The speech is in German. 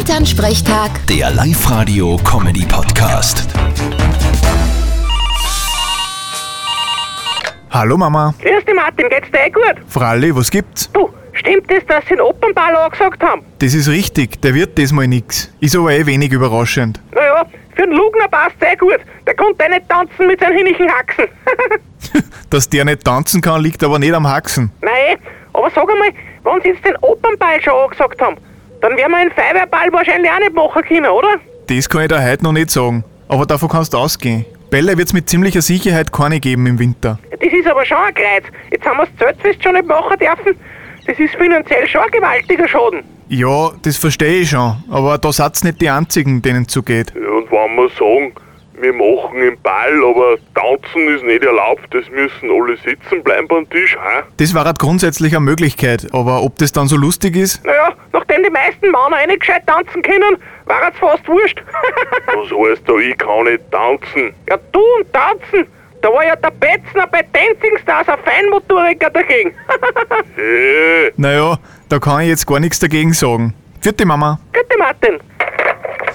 Elternsprechtag, Der Live-Radio-Comedy-Podcast. Hallo Mama. Grüß dich, Martin, geht's dir eh gut? Fralli, was gibt's? Du, stimmt es, dass sie den Opernball angesagt haben? Das ist richtig, der wird diesmal nix. Ist aber eh wenig überraschend. Naja, für den Lugner passt eh gut. Der konnte eh nicht tanzen mit seinen hinnischen Haxen. Dass der nicht tanzen kann, liegt aber nicht am Haxen. Nein, eh, aber sag einmal, wenn sie jetzt den Opernball schon angesagt haben, dann werden wir einen Feuerwehrball wahrscheinlich auch nicht machen können, oder? Das kann ich dir heute noch nicht sagen. Aber davon kannst du ausgehen. Bälle wird's mit ziemlicher Sicherheit keine geben im Winter. Das ist aber schon ein Kreuz. Jetzt haben wir das Zeltfest schon nicht machen dürfen. Das ist finanziell schon ein gewaltiger Schaden. Ja, das verstehe ich schon, aber da seid's nicht die einzigen, denen zugeht. Ja, Und wenn wir sagen, wir machen den Ball, aber tanzen ist nicht erlaubt, es müssen alle sitzen bleiben beim Tisch, hä? Das war halt grundsätzlich eine Möglichkeit, aber ob das dann so lustig ist? Naja, nachdem die meisten Männer eh nicht gescheit tanzen können, war es fast wurscht. Was heißt da, ich kann nicht tanzen? Ja, du und Tanzen. Da war ja der Betzner bei Dancing Stars ein Feinmotoriker dagegen. Äh, Naja, da kann ich jetzt gar nichts dagegen sagen. Vierte Mama. Gute Martin.